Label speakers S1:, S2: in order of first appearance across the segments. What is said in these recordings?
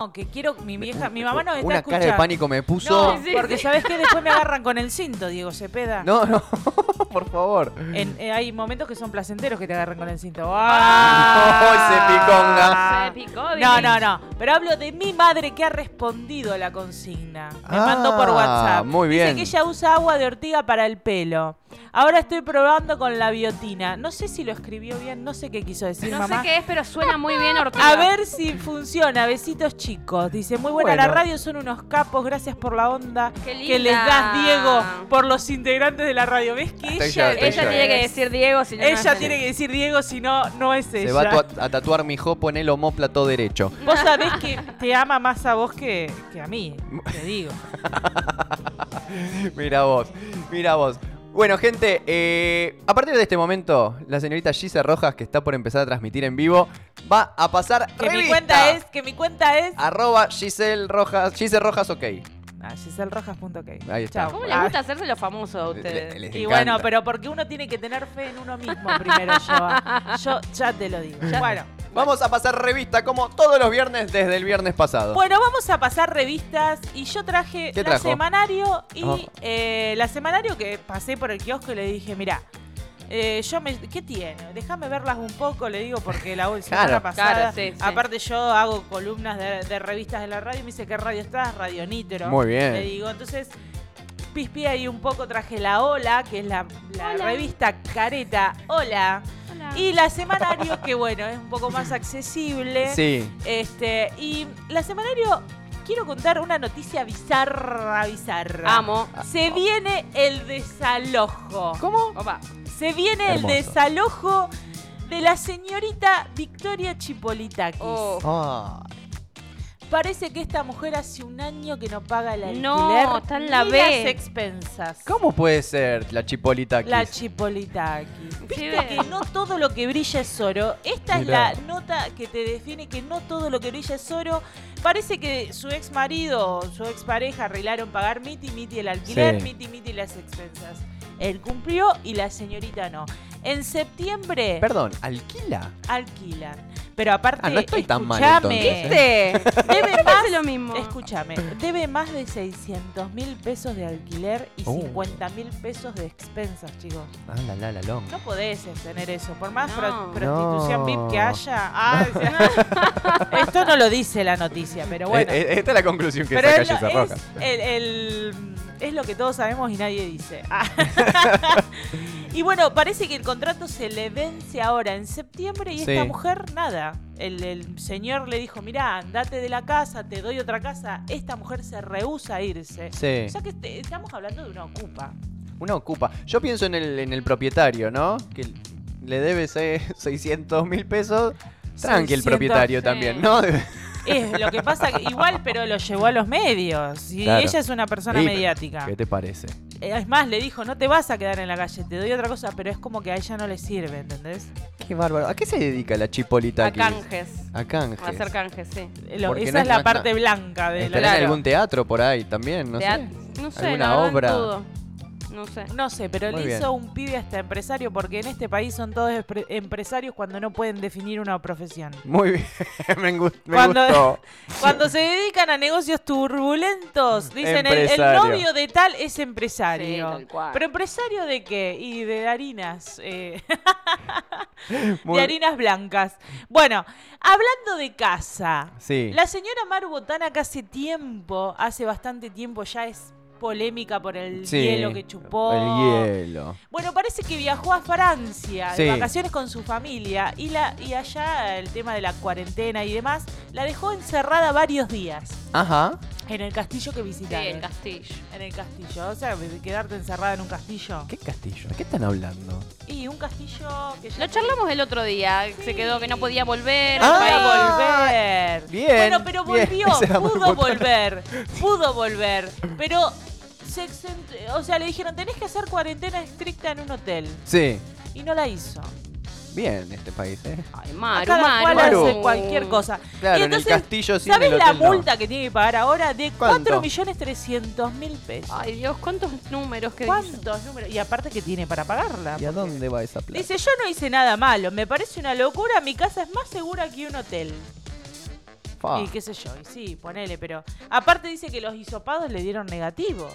S1: No, que quiero, mi vieja, mi mamá no está
S2: Una cara de
S1: escuchando.
S2: pánico me puso.
S1: No,
S2: No,
S3: Sí, sí,
S1: porque
S3: sí.
S1: sabes que después me agarran con el cinto, Diego Cepeda.
S2: no, por favor.
S1: En- eh, hay momentos que son placenteros que te agarran con el cinto. Ah,
S2: ¡Ah!
S3: Se picó,
S1: No,
S3: Diego.
S1: no, no. Pero hablo de mi madre que ha respondido a la consigna. Me mandó por
S2: Ah,
S1: WhatsApp.
S2: muy
S1: Dice
S2: bien.
S1: que ella usa agua de ortiga para el pelo. Ahora estoy probando con la biotina. No sé si lo escribió bien, no sé qué quiso decir
S3: No
S1: mamá.
S3: sé qué es, pero suena muy bien Ortega.
S1: A ver si funciona. Besitos chicos. Dice, muy buena la
S2: Bueno.
S1: radio, son unos capos. Gracias por la onda
S3: Qué linda.
S1: que les das, Diego, por los integrantes de la radio. ¿Ves que
S2: Estoy
S1: ella,
S2: yo, estoy
S3: Ella
S2: yo.
S3: tiene que decir Diego, si no, no
S1: Ella
S3: es
S1: tiene que decir Diego, si no, no es ella.
S2: Se va a, tu- a tatuar mi jopo en el homóplato derecho.
S1: Vos sabés que te ama más a vos que, que a mí, te digo.
S2: Mira vos, mira vos. Bueno, gente, eh, a partir de este momento, la señorita Gisa Rojas, que está por empezar a transmitir en vivo, va a pasar
S1: Que mi
S2: revista.
S1: cuenta es, que mi cuenta es.
S2: Arroba Giselle Rojas, Giselle Rojas, ok.
S1: Ah, giselrojas.k.
S2: Ahí está.
S3: ¿Cómo les
S1: Ah.
S3: gusta hacerse los famosos a ustedes?
S2: Le- le- les
S1: Y
S2: encanta.
S1: bueno, pero porque uno tiene que tener fe en uno mismo primero, Joa. Yo ya te lo digo. Bueno.
S2: Vamos a pasar revista como todos los viernes desde el viernes pasado.
S1: Bueno, vamos a pasar revistas y yo traje
S2: ¿Qué
S1: la
S2: trajo?
S1: semanario y
S2: Oh.
S1: eh, la semanario que pasé por el kiosco y le dije, mira, yo me, ¿qué tiene? Déjame verlas un poco, le digo, porque la semana
S2: Claro.
S1: pasada,
S3: Claro, sí, sí.
S1: aparte yo hago columnas de, de revistas de la radio y me dice, ¿qué radio estás? Radio Nitro.
S2: Muy
S1: Le
S2: bien.
S1: digo, entonces pispié ahí un poco, traje la Ola, que es la, la
S3: Hola.
S1: revista careta Hola.
S3: Hola.
S1: Y la semanario, que bueno, es un poco más accesible.
S2: Sí.
S1: Este, y la semanario, quiero contar una noticia bizarra, bizarra.
S3: Amo.
S1: Se viene el desalojo.
S2: ¿Cómo?
S3: Opa.
S1: Se viene
S2: Hermoso.
S1: el desalojo de la señorita Victoria Chipolitakis.
S3: Oh.
S2: Ah,
S1: Parece que esta mujer hace un año que no paga el alquiler.
S3: No, está en la
S1: ni
S3: B.
S1: las expensas.
S2: ¿Cómo puede ser la chipolita aquí?
S1: La Chipolitakis.
S3: Sí,
S1: Viste
S3: ve.
S1: que no todo lo que brilla es oro. Esta
S2: Mirá.
S1: es la nota que te define que no todo lo que brilla es oro. Parece que su ex marido, su ex pareja arreglaron pagar miti miti el alquiler,
S2: Sí.
S1: miti miti las expensas. Él cumplió y la señorita no. En septiembre
S2: Perdón, ¿alquila?
S1: alquilan. Pero aparte,
S2: Ah, no estoy tan mal,
S1: escuchame,
S2: entonces.
S3: ¿Viste?
S1: debe más
S3: Hace lo mismo.
S1: Escúchame, debe más de 600 mil pesos de alquiler y
S2: Oh.
S1: 50 mil pesos de expensas, chicos.
S2: Ah, la la la long.
S1: No podés tener eso, por más
S3: No.
S1: pro-
S3: No.
S1: prostitución VIP que haya. ah, o sea, esto no lo dice la noticia, pero bueno.
S2: Eh, eh, esta es la conclusión que
S1: pero
S2: saca
S1: es lo-
S2: Jessica
S1: es,
S2: Rojas.
S1: el- el- es lo que todos sabemos y nadie dice. Ah. y bueno, parece que el contrato se le vence ahora en septiembre y esta
S2: Sí.
S1: mujer nada. El, el señor le dijo, mirá, andate de la casa, te doy otra casa. Esta mujer se rehúsa a irse.
S2: Sí.
S1: O sea que este- estamos hablando de una ocupa.
S2: Una ocupa. Yo pienso en el, en el propietario, ¿no? Que le debe 600 mil pesos. Tranqui el
S1: 600,
S2: propietario
S3: sí.
S2: también, ¿no?
S1: Es lo que pasa, que igual, pero lo llevó a los medios. Y
S2: Claro.
S1: ella es una persona
S2: Sí, pero-
S1: mediática.
S2: ¿Qué te parece?
S1: Eh, Es más, le dijo, no te vas a quedar en la calle, te doy otra cosa, pero es como que a ella no le sirve, ¿entendés?
S2: Qué bárbaro. ¿A qué se dedica la chipolita
S3: A
S2: aquí?
S3: canjes.
S2: A canjes.
S3: A hacer canjes, sí.
S1: Eh, lo-
S2: Porque
S1: esa
S2: no
S1: es,
S2: es
S1: la
S2: más
S1: parte
S2: na-
S1: blanca de
S2: ¿Estará
S1: la...
S2: en
S3: Claro.
S2: algún teatro por ahí también? No
S3: Teat-
S2: sé.
S3: No sé,
S2: ¿Alguna
S3: la verdad,
S2: obra?
S3: dudo. No sé.
S1: No sé, pero
S2: Muy
S1: le
S2: bien.
S1: hizo un pibe hasta empresario, porque en este país son todos espre- empresarios cuando no pueden definir una profesión.
S2: Muy bien. me engu- me
S1: Cuando-
S2: gustó.
S1: Cuando se dedican a negocios turbulentos, dicen, el, el
S2: Empresario.
S1: novio de tal es
S3: Sí,
S1: empresario.
S3: tal cual.
S1: ¿Pero empresario de qué? Y de harinas. eh.
S2: Muy-
S1: de harinas blancas. Bueno, hablando de casa,
S2: Sí.
S1: la señora Mar Botana que hace tiempo, hace bastante tiempo ya es polémica por el
S2: Sí,
S1: hielo que chupó.
S2: El hielo.
S1: Bueno, parece que viajó a Francia
S2: Sí.
S1: de vacaciones con su familia y, la, y allá el tema de la cuarentena y demás la dejó encerrada varios días
S2: Ajá.
S1: en el castillo que
S3: Sí,
S1: visitaron.
S3: el castillo.
S1: en el castillo, o sea, de quedarte encerrada en un castillo.
S2: ¿Qué castillo? ¿De qué están hablando?
S1: Y un castillo que ya
S3: Lo charlamos el otro día. Se quedó que no podía volver.
S2: Ah.
S3: al país.
S1: para volver.
S2: Bien,
S1: Bueno, pero
S2: bien.
S1: volvió,
S2: Esa era muy
S1: pudo
S2: buena.
S1: volver, pudo volver, pero se exent- o sea, le dijeron, "Tenés que hacer cuarentena estricta en un hotel."
S2: Sí.
S1: Y no la hizo.
S2: Bien este país, ¿eh?
S3: Ay, Maru,
S1: Cada cual
S3: Maru.
S1: hace cualquier cosa.
S2: Claro,
S1: Y
S2: en
S1: entonces,
S2: el castillo sin
S1: ¿Sabes
S2: el
S1: la
S2: hotel, no.
S1: multa que tiene que pagar ahora de
S2: ¿Cuánto?
S1: 4.300.000 pesos?
S3: Ay, Dios, cuántos números que dice.
S1: ¿Cuántos números? Y aparte que tiene para pagarla.
S2: ¿Y a
S1: porque-
S2: dónde va esa plata?
S1: Dice, yo no hice nada malo, me parece una locura, mi casa es más segura que un hotel.
S2: Fa.
S1: Y qué sé yo, y sí, ponele, pero. Aparte dice que los hisopados le dieron negativos.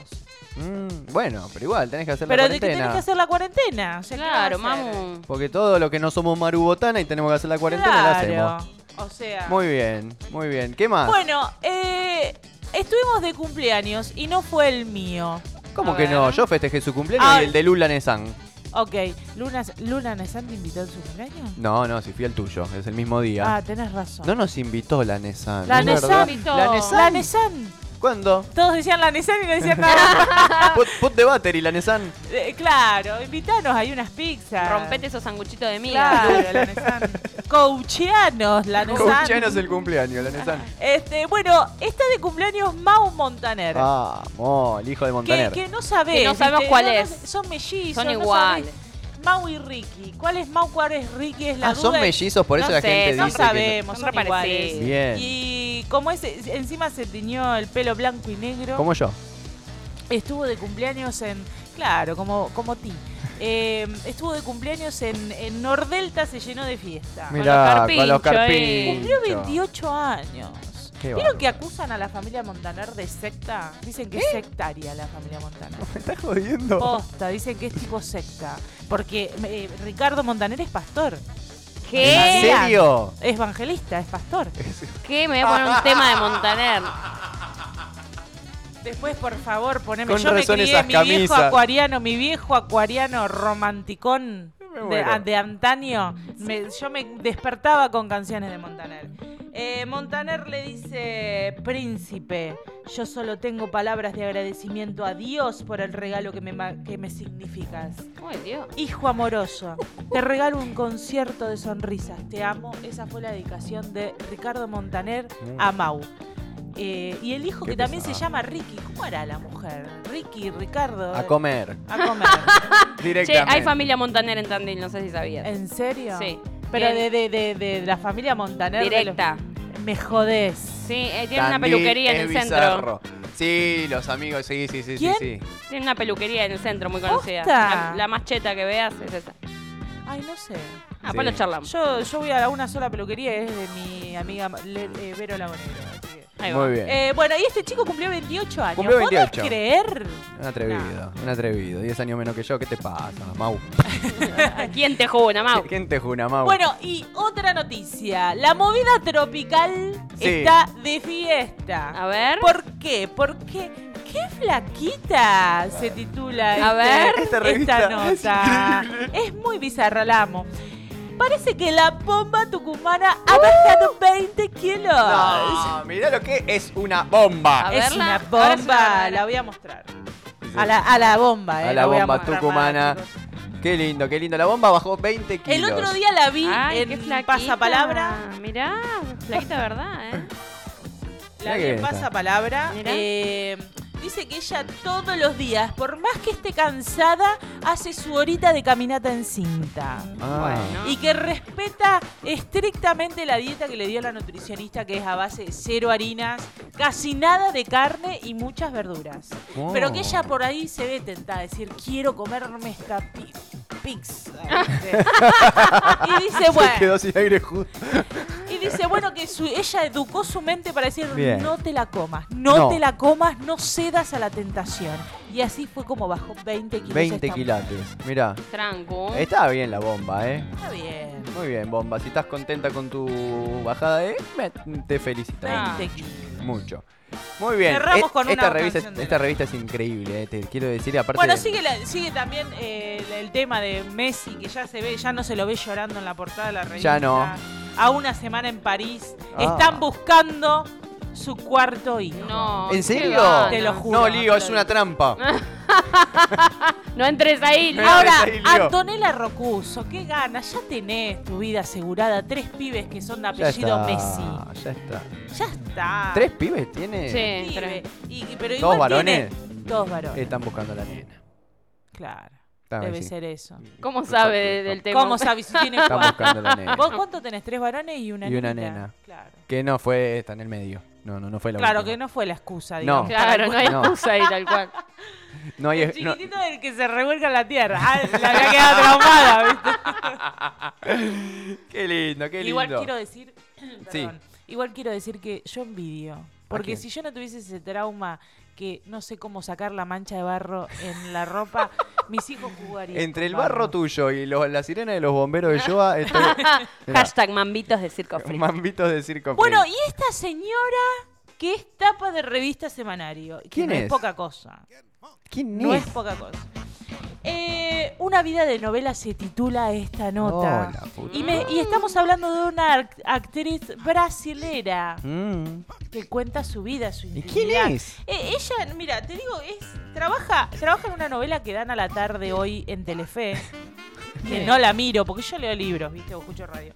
S2: Mm, bueno, pero igual, tenés que hacer la
S1: Pero de que
S2: cuarentena.
S1: tenés que hacer la cuarentena. o sea, ¿qué
S3: Claro,
S1: vas a hacer?
S3: mamu.
S2: Porque todo lo que no somos marubotana y tenemos que hacer la cuarentena la hacemos.
S1: O sea.
S2: Muy bien, muy bien. ¿Qué más?
S1: Bueno, eh, estuvimos de cumpleaños y no fue el mío.
S2: ¿Cómo
S3: a
S2: que no?
S3: ver.
S2: Yo festejé su cumpleaños
S1: Ay.
S2: y el de Lula Nesan.
S1: Ok, Luna, Luna Nesan te invitó en su cumpleaños.
S2: No, no, si fui al tuyo, es el mismo día.
S1: Ah, tenés razón.
S2: no nos invitó la Nesan.
S1: La
S2: ¿es
S1: Nesan
S2: verdad?
S3: invitó.
S2: La
S1: La
S2: Nesan.
S1: Nesan.
S2: ¿Cuándo?
S1: Todos decían la Nesan y no decían nada.
S2: Put, put the battery, la Nesan.
S1: Eh, claro, invitanos, hay unas pizzas.
S3: Rompete esos sanguchitos de miga.
S1: Claro, la Nesan. Coacheanos, la Nesan.
S2: Coachanos el cumpleaños, la Nesan.
S1: Este, bueno, está de cumpleaños Mau Montaner.
S2: Vamos, el hijo de
S1: que,
S2: Ah, Montaner.
S1: que no sabés.
S3: Que no sabemos
S1: ¿viste?
S3: cuál
S1: No, no
S3: es.
S1: sé, son mellizos.
S3: Son
S1: no
S3: iguales.
S1: sabés. Mau y Ricky. ¿Cuál es Mau, cuál es Ricky? Es la
S2: ah, son
S1: duda.
S2: mellizos, por eso
S3: no
S2: la
S3: sé,
S2: gente
S1: No
S2: dice que...
S1: sabemos,
S3: Son
S1: son iguales.
S3: reparecidos.
S2: Bien.
S1: Y como es, encima se tiñó el pelo blanco y negro,
S2: Como yo.
S1: estuvo de cumpleaños en. Claro, como, como ti. Eh, estuvo de cumpleaños en, en Nordelta, se llenó de fiesta.
S3: Mira.
S2: Mirá,
S3: carpinchos,
S2: con los
S3: eh.
S2: carpinchos.
S1: Cumplió 28 años.
S2: Qué
S1: ¿Vieron
S2: bárbaro.
S1: que acusan a la familia Montaner de secta? Dicen que es sectaria la familia Montaner.
S2: Me estás jodiendo.
S3: Oh,
S1: Posta, dicen que es tipo secta. Porque eh, Ricardo Montaner es pastor.
S2: ¿En
S3: ¿Qué?
S2: serio?
S1: Es evangelista, es pastor.
S3: ¿Qué? Me voy a poner un tema de Montaner.
S1: Después, por favor, poneme.
S2: Con
S1: Yo me
S2: razón
S1: crié
S2: esas
S1: mi viejo
S2: camisas.
S1: acuariano, mi viejo acuariano romanticón
S2: Me
S1: de,
S2: muero.
S1: a- de antaño. Me- yo me despertaba con canciones de Montaner. Eh, Montaner le dice, príncipe, yo solo tengo palabras de agradecimiento a Dios por el regalo que me, ma- que me significas.
S3: Ay, Dios.
S1: Hijo amoroso, te regalo un concierto de sonrisas. Te amo. Esa fue la dedicación de Ricardo Montaner a Mau. Eh, y el hijo
S2: Mm. Qué
S1: que también se
S2: pesado.
S1: llama Ricky. ¿Cómo era la mujer? Ricky, Ricardo.
S2: A comer.
S1: A comer.
S3: Che,
S2: Directamente.
S3: hay familia Montaner en Tandil, no sé si sabías.
S1: ¿En serio?
S3: Sí.
S1: Pero de,
S3: Bien.
S1: de, de, de la familia Montaner. de
S3: Directa.
S1: los- Me jodés.
S3: Sí, eh, tiene una
S2: Tandil
S3: peluquería en
S2: es
S3: el centro.
S2: bizarro. Sí, los amigos, sí, sí, sí,
S1: ¿Quién?
S2: sí, sí.
S3: Tiene una peluquería en el centro muy conocida.
S1: Posta.
S3: La, la más cheta que veas es esa.
S1: Ay, no sé.
S3: Ah,
S2: Sí.
S3: pues lo charlamos.
S1: Yo, yo voy a la- una sola peluquería, es de mi amiga Le- eh, Vero Lagonero. así que-
S3: Ahí va.
S2: Muy bien.
S1: Eh, bueno, y este chico cumplió 28 años.
S2: Cumplió 28.
S1: ¿Podés creer?
S2: Un atrevido, un atrevido. 10 años menos que yo, ¿qué te pasa, Mau?
S3: ¿A quién te jugó una Mau?
S2: ¿Quién te juna, Mau?
S1: Bueno, y otra noticia. La movida tropical
S2: Sí.
S1: está de fiesta.
S3: A ver.
S1: ¿Por qué? Porque qué flaquita se titula este,
S3: A ver.
S2: Esta revista
S1: nota. Es, muy bizarra, la amo. Parece que la bomba tucumana ha
S3: Uh.
S1: bajado 20 kilos.
S2: No, mirá lo que es una bomba.
S3: A ver.
S1: Es
S3: verla,
S1: una
S3: a ver si la
S1: bomba,
S3: verdadera.
S1: la voy a mostrar. A la, a la bomba, eh,
S2: A la
S1: voy
S2: bomba
S1: mostrar,
S2: tucumana.
S1: chicos.
S2: Qué lindo, qué lindo. La bomba bajó 20 kilos.
S1: El otro día la vi
S3: Ay, qué
S1: en
S3: flaquita.
S1: Pasapalabra.
S3: Mirá, flaquita verdad, ¿eh?
S1: La
S2: Mirá
S1: que
S2: qué bien
S1: pasa
S2: está.
S1: palabra.
S3: Mirá.
S1: eh, dice que ella todos los días, por más que esté cansada, hace su horita de caminata en cinta.
S2: Ah.
S3: Bueno.
S1: Y que respeta estrictamente la dieta que le dio la nutricionista, que es a base de cero harinas, casi nada de carne y muchas verduras.
S2: Oh.
S1: Pero que ella por ahí se ve tentada a decir, quiero comerme esta pi- pizza. ¿viste? y dice,
S2: Se
S1: bueno.
S2: quedó sin aire justo.
S1: Y dice, bueno, que su- ella educó su mente para decir,
S2: Bien.
S1: no te la comas, no,
S2: No.
S1: te la comas, no cedas a la tentación. Y así fue como bajó 20 kilos.
S2: 20
S1: esta
S2: kilates. Mirá.
S3: Tranco.
S2: Está bien la bomba, ¿eh?
S1: mujer. Está bien.
S2: Muy bien, bomba. Si estás contenta con tu bajada de... me- Te felicito.
S3: Ah.
S1: 20 kilos.
S2: Mucho. Muy bien.
S1: Cerramos
S2: Es-
S1: con
S2: esta
S1: una
S2: revista,
S1: canción de-
S2: esta revista es increíble, eh, te quiero decir. Aparte
S1: Bueno,
S2: de-
S1: sigue, la- sigue también eh, el- el tema de Messi, que ya se ve, ya no se lo ve llorando en la portada de la revista.
S2: Ya no.
S1: A una semana en París.
S2: Ah.
S1: Están buscando su cuarto hijo.
S3: No.
S2: ¿En
S3: qué
S2: serio?
S3: gana.
S1: Te lo Ah, juro.
S2: No, Lío, es una trampa.
S3: No entres ahí.
S2: No.
S1: Ahora,
S2: Ahí, Leo.
S1: Antonella Rocuso, qué ganas, ya tenés tu vida asegurada, tres pibes que son de
S2: Ya
S1: apellido
S2: está.
S1: Messi.
S2: Ya está.
S1: Ya está.
S2: ¿Tres pibes tiene?
S3: Sí.
S1: Pibe.
S3: tres.
S1: Y- y- pero
S2: ¿Dos
S1: igual
S2: varones?
S1: tiene- Dos varones.
S2: Están buscando a la nena.
S1: Claro.
S2: Está bien,
S1: Debe
S2: Ah, sí.
S1: ser eso.
S3: ¿Cómo sabe del tema?
S1: ¿Cómo sabes si tiene
S2: Están
S1: cuatro?
S2: buscando a la nena.
S1: ¿Vos cuánto tenés? ¿Tres varones y una
S2: Y una
S1: nenita?
S2: nena.
S1: Claro.
S2: Que no fue esta en el medio. No, no, no fue la
S1: Claro que
S2: última.
S1: no fue la excusa,
S2: No.
S1: digamos.
S3: Claro, no hay
S2: No.
S3: excusa ahí tal cual.
S2: que no. hay-
S1: El
S2: no-
S1: chiquitito del que se revuelca en la tierra. Ah, la había quedado traumada, ¿viste?
S2: Qué lindo, qué lindo.
S1: Igual quiero decir, perdón,
S2: Sí.
S1: Igual quiero decir que yo envidio. Porque
S2: quién?
S1: si yo no tuviese ese trauma que no sé cómo sacar la mancha de barro en la ropa, mis hijos jugarían.
S2: Entre
S1: con
S2: el barro tuyo y los- la sirena de los bomberos de Yoa, estoy... Mira,
S4: Hashtag mambitos de circo free.
S2: Mambitos de circo.
S1: Ah, Bueno,
S2: Free.
S1: y esta señora que es tapa de revista semanario. que
S2: ¿Quién
S1: no
S2: es?
S1: es poca cosa.
S2: ¿quién
S1: No es poca cosa. Eh, una vida de novela se titula esta nota.
S2: Oh, la puta.
S1: y, me- y estamos hablando de una act- actriz brasilera
S2: Mm.
S1: que cuenta su vida, su
S2: ¿Y
S1: intimidad.
S2: quién es?
S1: Eh, ella, mira, te digo, es trabaja, trabaja en una novela que dan a la tarde hoy en Telefe. que no la miro, porque yo leo libros, ¿viste? O escucho radio.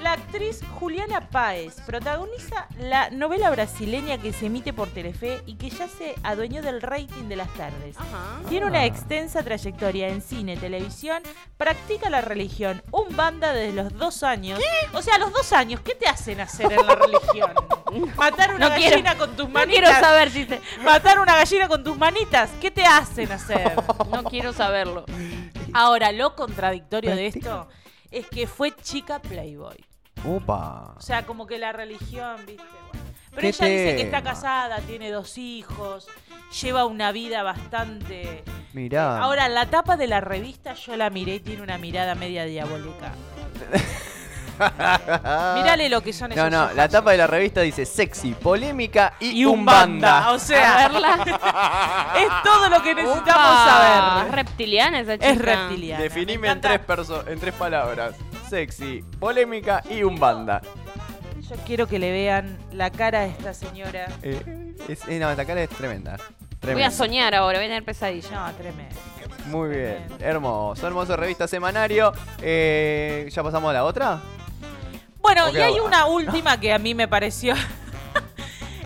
S1: La actriz Juliana Páez protagoniza la novela brasileña que se emite por Telefe y que ya se adueñó del rating de las tardes.
S3: Ajá.
S1: Tiene
S2: Ah.
S1: una extensa trayectoria en cine, televisión, practica la religión, un banda desde los dos años. O sea, a los dos años, ¿qué te hacen hacer en la religión? Matar una
S3: No quiero-
S1: gallina con tus
S3: No
S1: manitas.
S3: quiero saber si te...
S1: Matar una gallina con tus manitas, ¿qué te hacen hacer?
S3: No quiero saberlo.
S1: Ahora, lo contradictorio de esto es que fue chica Playboy.
S2: Opa.
S1: O sea, como que la religión, viste. Bueno. Pero
S2: ¿Qué
S1: ella dice que está
S2: tema?
S1: casada, tiene dos hijos, lleva una vida bastante.
S2: Mirá.
S1: Ahora, la tapa de la revista yo la miré y tiene una mirada media diabólica. Mírale lo que son esos
S2: Ah. No, no, la
S1: ojos.
S2: tapa de la revista dice sexy, polémica y,
S1: Y un banda. O sea,
S3: A verla.
S1: es todo lo que necesitamos
S3: Opa,
S1: saber.
S3: Ah, Reptiliana esa chica.
S1: Es reptiliana. me
S2: Definime en
S1: encanta.
S2: tres, perso- en tres palabras. Sexy, polémica y un banda.
S1: Yo quiero que le vean la cara a esta señora.
S2: Eh, es, eh, no, esta cara es tremenda.
S3: Voy a
S2: Tremenda.
S3: soñar ahora, voy a tener pesadilla.
S1: No, tremendo.
S2: Muy bien. Hermoso, hermoso revista semanario. Eh, ¿Ya pasamos a la otra?
S1: Bueno,
S2: Ok,
S1: y hay
S2: ah,
S1: una última que a mí me pareció.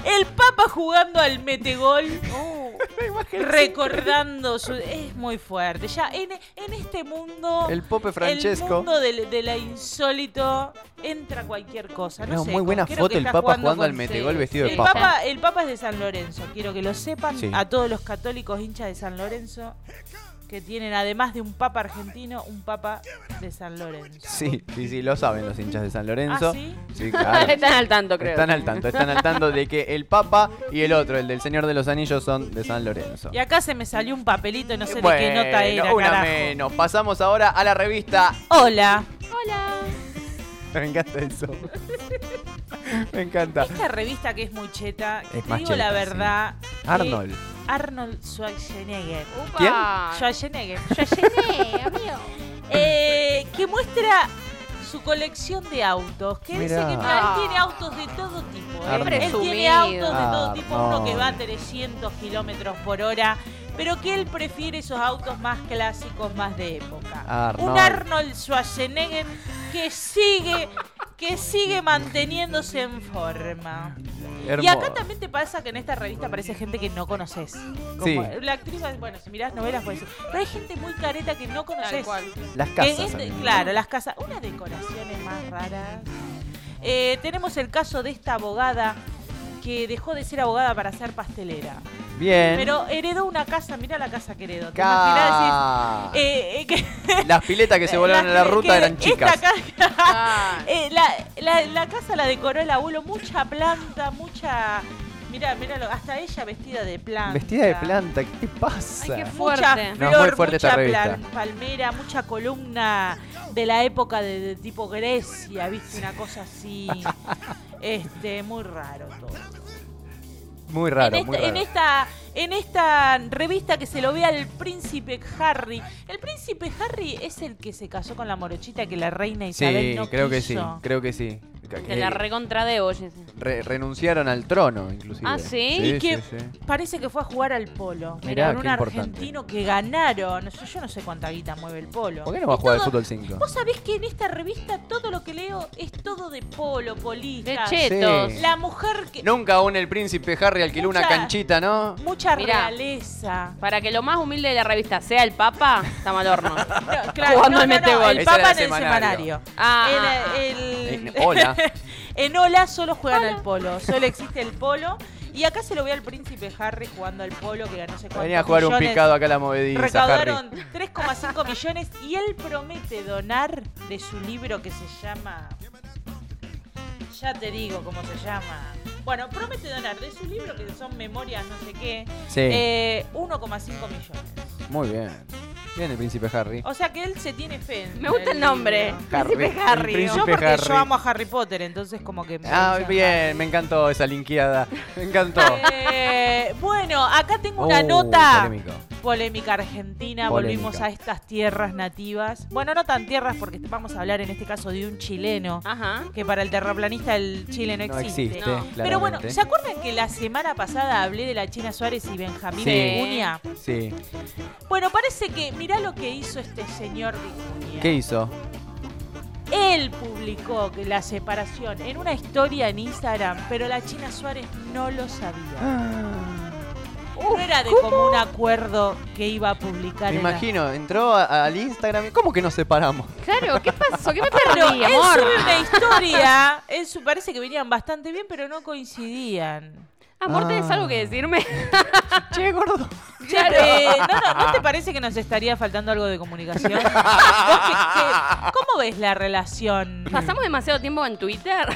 S1: El Papa jugando al metegol,
S2: La imagen
S1: recordando su. Es muy fuerte. Ya en, en este mundo.
S2: El Pope
S1: El
S2: Francesco.
S1: mundo del- de, la insólito entra cualquier cosa. No,
S2: No,
S1: sé,
S2: muy buena
S1: creo
S2: foto
S1: que
S2: el
S1: está
S2: Papa jugando al
S1: con-
S2: metegol
S3: sí,
S2: vestido de
S1: el
S2: Papa.
S1: Papa, el Papa es de San Lorenzo, quiero que lo sepan
S2: Sí.
S1: a todos los católicos hinchas de San Lorenzo que tienen, además de un Papa argentino, un Papa de San Lorenzo.
S2: Sí, sí, sí, lo saben los hinchas de San Lorenzo.
S1: ¿Ah, sí?
S2: claro.
S3: Están al tanto, creo.
S2: Están al tanto, están al tanto de que el Papa y el otro, el del Señor de los Anillos, son de San Lorenzo.
S1: Y acá se me salió un papelito y no sé de qué
S2: Bueno,
S1: nota era,
S2: una
S1: carajo.
S2: menos. Pasamos ahora a la revista.
S1: Hola.
S2: Me encanta eso. Me encanta.
S1: Esta revista que es muy cheta, que
S2: Es
S1: te
S2: más
S1: digo
S2: cheta,
S1: la
S2: sí.
S1: verdad. que
S2: Arnold.
S1: Arnold Schwarzenegger.
S2: ¿Quién?
S1: Schwarzenegger.
S3: Schwarzenegger, amigo.
S1: Eh, que muestra su colección de autos. Que dice
S2: Mirá.
S1: que para él tiene autos de todo tipo. ¿eh?
S2: Arnold.
S1: Él tiene
S3: Presumido.
S1: autos de
S2: Ah,
S1: todo tipo, uno que
S2: Arnold.
S1: va a 300 kilómetros por hora. Pero que él prefiere esos autos más clásicos, más de época.
S2: Arnold.
S1: Un Arnold Schwarzenegger que sigue, que sigue manteniéndose en forma. Y
S2: Hermoso.
S1: acá también te pasa que en esta revista aparece gente que no conoces. Como
S2: Sí.
S1: La actriz, bueno, si mirás novelas puede ser. Pero hay gente muy careta que no
S3: Tal
S1: conoces.
S3: cual.
S2: Las
S1: Que
S2: casas.
S1: es-
S2: amigo.
S1: este, claro, las casas. Unas decoraciones más raras. Eh, tenemos el caso de esta abogada que dejó de ser abogada para ser pastelera.
S2: Bien.
S1: Pero heredó una casa, mira la casa que heredó. ¿Te imaginás?
S2: Ca-
S1: Decís, eh, eh, que,
S2: Las piletas que se volaron a la
S1: Eh, que-
S2: ruta
S1: que
S2: eran
S1: esta
S2: chicas.
S1: ca-
S3: Ah,
S1: eh, la, la- la casa la decoró el abuelo, mucha planta, mucha. Mira, mira, hasta ella vestida de planta.
S2: Vestida de planta, ¿qué te pasa?
S3: Ay, qué fu-
S1: Mucha
S3: Fuerte.
S1: flor,
S2: No, muy fuerte esta
S1: mucha
S2: revista.
S1: plan- palmera, mucha columna de la época de, de tipo Grecia, viste una cosa así, este, muy raro todo.
S2: muy raro,
S1: en,
S2: muy
S1: esta,
S2: raro.
S1: en este esta, en esta revista que se lo ve al príncipe Harry, el príncipe Harry es el que se casó con la morochita que la reina Isabel
S2: sí,
S1: no
S2: creo que sí,
S1: quiso.
S2: creo que sí.
S3: te
S2: Eh,
S3: la recontra de hoy.
S2: re- renunciaron al trono, inclusive.
S3: Ah, ¿sí?
S1: Y que- Parece que fue a jugar al polo.
S2: Mirá,
S1: Era un
S2: qué importante.
S1: argentino que ganaron. Yo, yo no sé cuánta guita mueve el polo.
S2: ¿Por qué no va a
S1: Y
S2: jugar al
S1: todo-
S2: fútbol 5?
S1: Vos sabés que en esta revista todo lo que leo es todo de polo,
S3: De
S1: polista.
S3: chetos.
S2: Sí.
S1: La mujer que.
S2: Nunca aún el príncipe Harry alquiló una
S1: Mucha-
S2: canchita, ¿no?
S1: Mucha
S3: Mirá.
S1: realeza.
S3: Para que lo más humilde de la revista sea el Papa, estamos al horno.
S1: No, claro,
S3: Jugando
S1: no,
S3: al
S1: no, no,
S3: metegol.
S1: el
S2: Ese era
S1: Papa
S2: el
S1: en el
S2: semanario.
S1: semanario.
S3: Ah, ah,
S1: En, el-
S2: En Eh, Hola.
S1: en Ola solo juegan al polo. Solo existe el polo. Y acá se lo ve al príncipe Harry jugando al polo que ganó no sé cuántos
S2: Venía a jugar un
S1: millones.
S2: picado acá a la movediza, Harry.
S1: Recaudaron 3,5 millones y él promete donar de su libro que se llama ya te digo cómo se llama. Bueno, Promete Donar, de su libro que son memorias no sé qué,
S2: Sí,
S1: eh, 1,5 millones.
S2: muy bien. Bien el príncipe Harry.
S1: O sea que él se tiene fe. en
S3: Me gusta el nombre.
S1: libro.
S2: Harry.
S3: Príncipe Harry.
S2: El príncipe
S1: Yo porque
S2: Harry.
S1: yo amo a Harry Potter, entonces como que... me
S2: Ah,
S1: gusta
S2: bien, me encantó esa linkeada. Me encantó.
S1: Eh, bueno, acá tengo una
S2: Oh,
S1: nota
S2: polémico.
S1: polémica argentina.
S2: Polémica.
S1: Volvimos a estas tierras nativas. Bueno, no tan tierras porque vamos a hablar en este caso de un chileno,
S3: Ajá.
S1: que para el terraplanista el Chile no
S2: No
S1: existe.
S2: existe,
S3: No.
S1: Pero bueno,
S2: claramente.
S1: ¿se acuerdan que la semana pasada hablé de la China Suárez y Benjamín
S2: Sí.
S1: Vicuña?
S2: Sí.
S1: Bueno, parece que mirá lo que hizo este señor Vicuña.
S2: ¿Qué hizo?
S1: Él publicó que la separación en una historia en Instagram, pero la China Suárez no lo sabía.
S2: Ah.
S1: No era de como un acuerdo que iba a publicar.
S2: Me
S1: en la-
S2: imagino, entró a- al Instagram y ¿cómo que nos separamos?
S3: Claro, ¿qué pasó? ¿Qué me
S1: Claro,
S3: perdí,
S1: él
S3: amor?
S1: sube una historia. él su- parece que venían bastante bien, pero no coincidían.
S3: Amor, ¿tenés
S2: Ah.
S3: algo que decirme?
S2: Che, gordo.
S1: Claro. eh, no, no, ¿no te parece que nos estaría faltando algo de comunicación? ¿Vos qué- qué- ¿Cómo ves la relación?
S3: Pasamos demasiado tiempo en Twitter.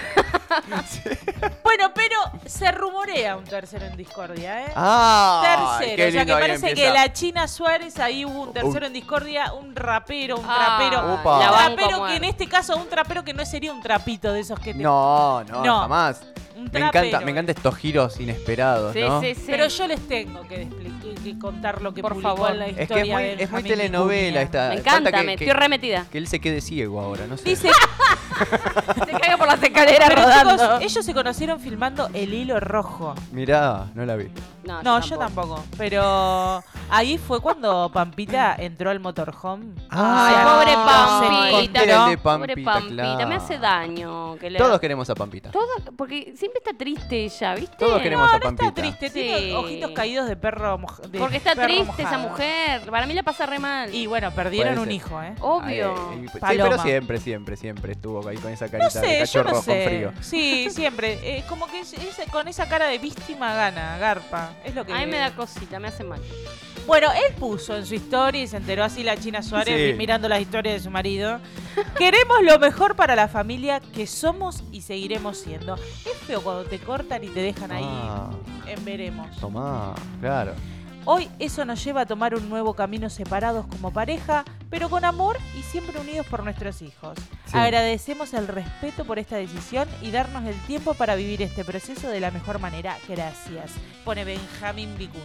S1: Bueno, pero se rumorea un tercero en discordia, ¿eh?
S2: Ah,
S1: tercero. O sea que parece que la China Suárez, ahí hubo un tercero en discordia, un rapero, un
S3: Ah,
S1: trapero.
S2: Uh. Upa.
S3: la
S1: Un
S3: banco
S1: trapero que
S3: muerta.
S1: en este caso, un trapero que no sería un trapito de esos que te.
S2: No, no,
S1: No.
S2: jamás.
S1: un
S2: Me
S1: trapero.
S2: encanta, me encantan estos giros inesperados,
S3: Sí,
S2: ¿no?
S3: sí, sí.
S1: Pero yo les tengo que, expli- que contar lo que
S3: Por
S1: publicó
S3: favor.
S1: en la
S2: Es
S1: historia
S2: que es muy,
S1: de
S2: es muy
S1: Benjamín
S2: telenovela
S1: Vicuña.
S2: esta.
S3: Me
S2: falta
S3: encanta,
S2: que-
S3: me
S2: que-
S3: estoy remetida.
S2: Que él se quede ciego ahora, no sé.
S1: Dice,
S3: Se caiga por las escaleras
S1: pero
S3: rodando.
S1: chicos, ellos se conocieron filmando El Hilo Rojo.
S2: Mirá, no la vi.
S1: No, yo tampoco. Pero ahí fue cuando Pampita entró al motorhome.
S2: Ay,
S1: Se-
S3: pobre
S1: se
S3: Pampita.
S1: encontró.
S2: El de Pampita,
S3: Pobre Pampita, me hace
S2: claro.
S3: daño. Que le...
S2: Todos queremos a Pampita.
S3: Todos- porque siempre está triste ella, ¿viste?
S2: Todos queremos a
S1: No
S2: Pampita.
S1: está triste,
S3: Sí.
S1: tiene ojitos caídos de perro moj- de
S3: Porque está
S1: perro
S3: triste esa
S1: mojado.
S3: mujer. Para mí la pasa re mal.
S1: Y bueno, perdieron
S2: Puede
S1: un
S2: ser.
S1: hijo, ¿eh?
S3: Obvio.
S2: Ay, ay, sí, pero
S1: Paloma.
S2: siempre, siempre, siempre estuvo ahí con esa
S1: No
S2: carita de
S1: sé, yo
S2: cachorro
S1: no sé.
S2: con frío.
S1: Sí, siempre. Eh, como que es- es- con esa cara de víctima gana, garpa. Es lo que.
S3: A mí me da cosita, me hace mal.
S1: Bueno, él puso en su historia y se enteró así la China Suárez
S2: Sí.
S1: vi- mirando las historias de su marido. Queremos lo mejor para la familia que somos y seguiremos siendo. Es feo cuando te cortan y te dejan ahí
S2: Ah,
S1: en veremos.
S2: tomá, claro.
S1: Hoy eso nos lleva a tomar un nuevo camino separados como pareja, pero con amor y siempre unidos por nuestros hijos.
S2: Sí.
S1: Agradecemos el respeto por esta decisión y darnos el tiempo para vivir este proceso de la mejor manera. Gracias. Pone Benjamín Vicuña.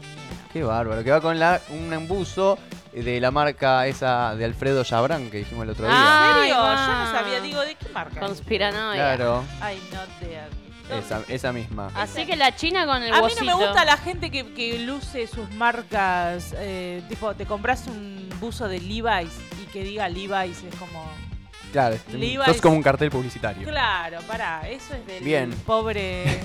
S2: Qué bárbaro. Que va con la, un embuzo de la marca esa de Alfredo Chabrán que dijimos el otro día.
S3: Ah, Ay,
S1: Serio,
S3: va.
S1: yo no sabía, digo, ¿de qué marca?
S3: Conspiranoia.
S2: claro,
S1: Ay, no te no.
S2: esa, esa misma.
S1: Ah,
S3: Así que la china con el
S1: A mí
S3: huesito.
S1: no me gusta la gente que, que luce sus marcas, eh, tipo, te compras un buzo de Levi's y que diga Levi's, es como...
S2: Claro, este,
S1: Levi's.
S2: sos como un cartel publicitario.
S1: Claro, pará, eso es del
S2: Bien.
S1: pobre...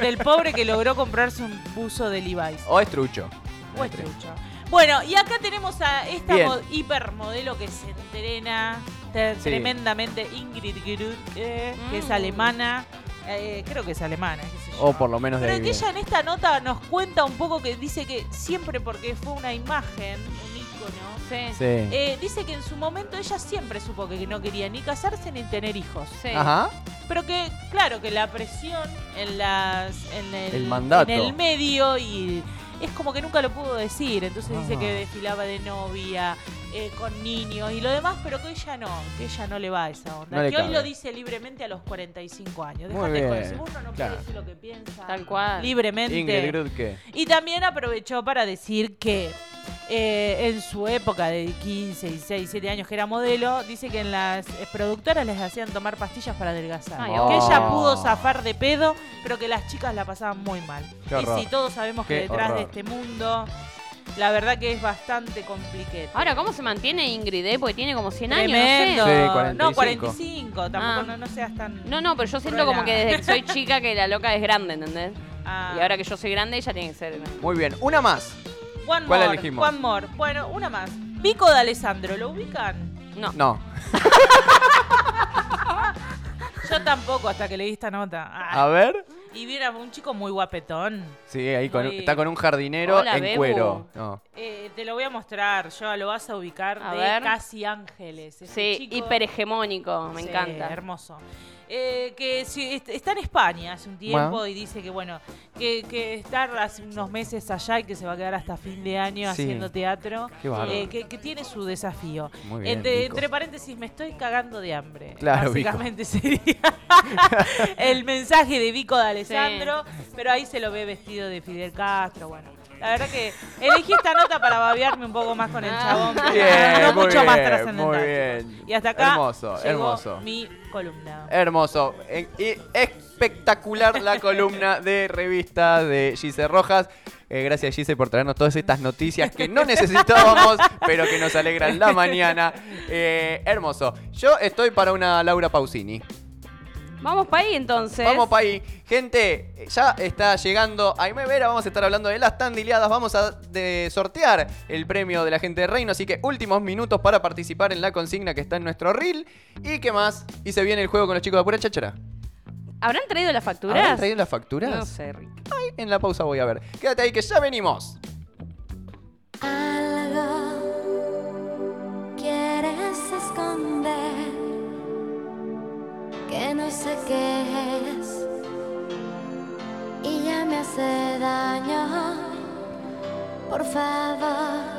S1: del pobre que logró comprarse un buzo de Levi's.
S2: O es trucho.
S1: O es trucho. Pues Bueno, y acá tenemos a esta
S2: Bien.
S1: mo- hipermodelo que se entrena te-
S2: Sí.
S1: tremendamente, Ingrid Gerud, eh, que es
S3: Mm.
S1: alemana. Eh, creo que es alemana, qué sé yo.
S2: O Oh, por lo menos de
S1: Pero
S2: ahí
S1: que
S2: viene.
S1: ella en esta nota nos cuenta un poco que dice que siempre porque fue una imagen, un ícono,
S3: Sí, sí.
S2: Sí.
S1: eh, dice que en su momento ella siempre supo que no quería ni casarse ni tener hijos.
S2: Ajá.
S1: Pero que, claro, que la presión en las en el,
S2: El mandato.
S1: en el medio y es como que nunca lo pudo decir. Entonces dice
S2: Ah.
S1: que desfilaba de novia, eh, con niños y lo demás, pero que ella no, que ella no le va a esa onda.
S2: No le
S1: que hoy
S2: cabe.
S1: lo dice libremente a los 45 años.
S2: Muy
S1: Déjate joder,
S2: bien,
S1: si uno no
S2: claro.
S1: puede decir lo que piensa
S3: Tal cual.
S1: libremente.
S2: Ingrid Grudke.
S1: Y también aprovechó para decir que eh, en su época de 15, 16, 17 años que era modelo, dice que en las eh, productoras les hacían tomar pastillas para adelgazar.
S3: Ay,
S1: que
S3: oh.
S1: ella pudo zafar de pedo, pero que las chicas la pasaban muy mal.
S2: Qué
S1: y
S2: horror.
S1: si todos sabemos que
S2: Qué
S1: detrás
S2: horror.
S1: de este mundo, la verdad que es bastante complicado.
S3: Ahora, ¿cómo se mantiene Ingrid? eh? Porque tiene como 100
S1: Tremendo.
S3: años,
S2: Sí,
S1: No,
S2: 45.
S1: 45, tampoco
S3: Ah.
S1: no, no seas tan...
S3: no sé. No, no, pero yo siento como que desde que soy chica que la loca es grande, ¿entendés?
S1: Ah.
S3: Y ahora que yo soy grande, ella tiene que ser grande.
S2: Muy bien. Una más.
S1: One
S2: ¿Cuál
S1: more,
S2: elegimos?
S1: one more. Bueno, una más. Vico de Alessandro, ¿lo ubican?
S3: No.
S2: No.
S1: Yo tampoco, hasta que leí esta nota. Ah.
S2: A ver.
S1: Y viera un chico muy guapetón.
S2: Sí, ahí con,
S1: Muy-
S2: está con un jardinero
S3: Hola,
S2: en
S3: Bebu.
S2: cuero. No.
S1: Eh, te lo voy a mostrar, yo lo vas a ubicar
S3: A
S1: de
S3: ver.
S1: Casi Ángeles. Es un
S3: Sí,
S1: chico-
S3: hiperhegemónico, me
S1: Sí,
S3: encanta.
S1: Hermoso. Eh, que si- est- está en España hace un tiempo
S2: Bueno.
S1: y dice que, bueno, que, que está hace unos meses allá y que se va a quedar hasta fin de año
S2: Sí.
S1: haciendo teatro.
S2: Qué bárbaro.
S1: Eh, que, que tiene su desafío.
S2: Muy bien,
S1: entre,
S2: Vico.
S1: entre paréntesis, me estoy cagando de hambre.
S2: Claro,
S1: Básicamente sería el mensaje de Vico de Alessandro, pero ahí se lo ve vestido de Fidel Castro, bueno. La verdad que elegí esta nota para babearme un poco más con el chabón. pero
S2: Bien,
S1: no
S2: muy
S1: mucho más
S2: bien,
S1: trascendental.
S2: muy bien.
S1: Y hasta acá
S2: Hermoso,
S1: llegó
S2: hermoso.
S1: mi columna.
S2: Hermoso. E- y espectacular la columna de revista de Gise Rojas. Eh, gracias Gise por traernos todas estas noticias que no necesitábamos, pero que nos alegran la mañana. Eh, hermoso. Yo estoy para una Laura Pausini.
S3: Vamos para ahí entonces.
S2: Vamos para ahí. Gente, ya está llegando Aime Vera. Vamos a estar hablando de las tandileadas. Vamos a de- sortear el premio de la gente de Reino. Así que últimos minutos para participar en la consigna que está en nuestro reel. ¿Y qué más? Y se viene el juego con los chicos de Pura Cháchara.
S3: ¿Habrán traído las facturas?
S2: ¿Habrán traído las facturas?
S3: No sé, Rick.
S2: En la pausa voy a ver. Quédate ahí que ya venimos.
S4: Algo quieres esconder que no sé qué es y ya me hace daño. Por favor,